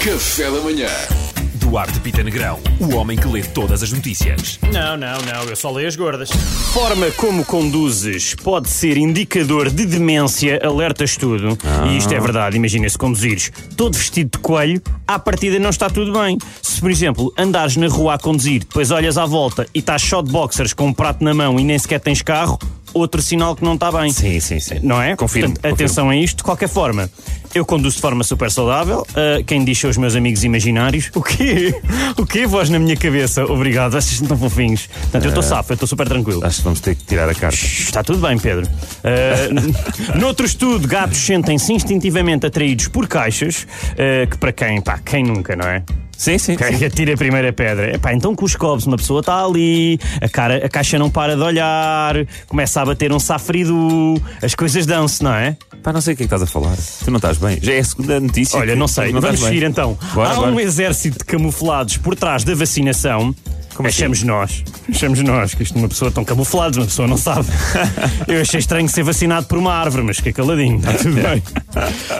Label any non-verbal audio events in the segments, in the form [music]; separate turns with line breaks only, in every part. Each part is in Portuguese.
Café da Manhã.
Duarte Pita Negrão, o homem que lê todas as notícias.
Não, não, não, eu só leio as gordas.
Forma como conduzes pode ser indicador de demência, alertas tudo. E isto é verdade, imagina se conduzires todo vestido de coelho, à partida não está tudo bem. Se, por exemplo, andares na rua a conduzir, depois olhas à volta e estás só de boxers com um prato na mão e nem sequer tens carro, outro sinal que não está bem.
Sim, sim, sim.
Não é?
Confirmo,
Portanto, atenção a isto. De qualquer forma, eu conduzo de forma super saudável. Ah, quem diz são os meus amigos imaginários. O quê? O quê? Voz na minha cabeça. Obrigado, vocês estão fofinhos. Portanto, eu estou safo, eu estou super tranquilo.
Ah, Acho que vamos ter que tirar a carta.
Está tudo bem, Pedro. Uh, [laughs] noutro estudo, gatos sentem-se instintivamente atraídos por caixas, uh, que para quem, pá, quem nunca, não é?
Sim, sim.
Quem atira a primeira pedra. Epá, então com os cobres, uma pessoa está ali, a, cara, a caixa não para de olhar, começa a bater um safrido, as coisas dão-se, não é?
Pá, não sei o que é que estás a falar. Tu não estás bem. Já é a segunda notícia.
Olha,
que-
não sei,
não estás
vamos seguir
bem.
então.
Bora,
Há
bora.
um exército de camuflados por trás da vacinação.
Como assim?
achamos nós, achamos nós, que isto uma pessoa tão camuflados, uma pessoa não
[laughs]
sabe. Eu achei estranho ser vacinado por uma árvore, mas que é caladinho, está
[laughs]
tudo bem.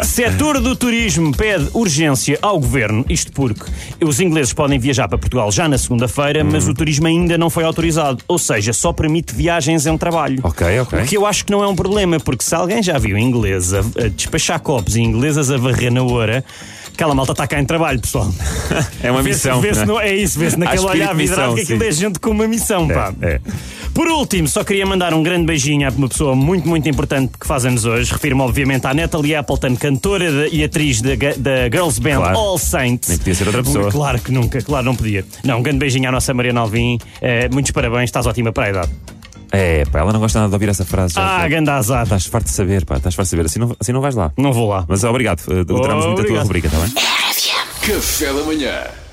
Setor do turismo pede urgência ao governo, isto porque os ingleses podem viajar para Portugal já na segunda-feira,
Hum.
mas o turismo ainda não foi autorizado, ou seja, só permite viagens em trabalho.
Ok, ok.
O que eu acho que não é um problema, porque se alguém já viu inglês a, a despachar copos e inglesas a varrer na hora, aquela malta está cá em trabalho, pessoal.
É uma
Vê-se-
missão.
vê-se
não é?
no- é isso, vê-se
Há
naquele
espírito
olhar
de missão,
vidrado que aquilo
sim.
é gente com uma missão, pá.
é.
Por último, só queria mandar um grande beijinho a uma pessoa muito, muito importante que faz anos hoje. Refiro-me, obviamente, à Natalie Appleton, cantora de- e atriz da, ga- da Girls Band
Claro.
All Saints.
Nem podia ser outra pessoa.
Claro que nunca, claro, não podia. Não, um grande beijinho à nossa Mariana Alvim. Eh, muitos parabéns, estás ótima para a idade.
É, pá, ela não gosta nada de ouvir essa frase. já.
Ah, ganda azar.
Estás farto de saber, pá, estás farto de saber. Assim não, assim não vais lá.
Não vou lá.
Mas obrigado, uh, adoramos muito a tua
Obrigado.
rubrica, está bem?
Café da Manhã.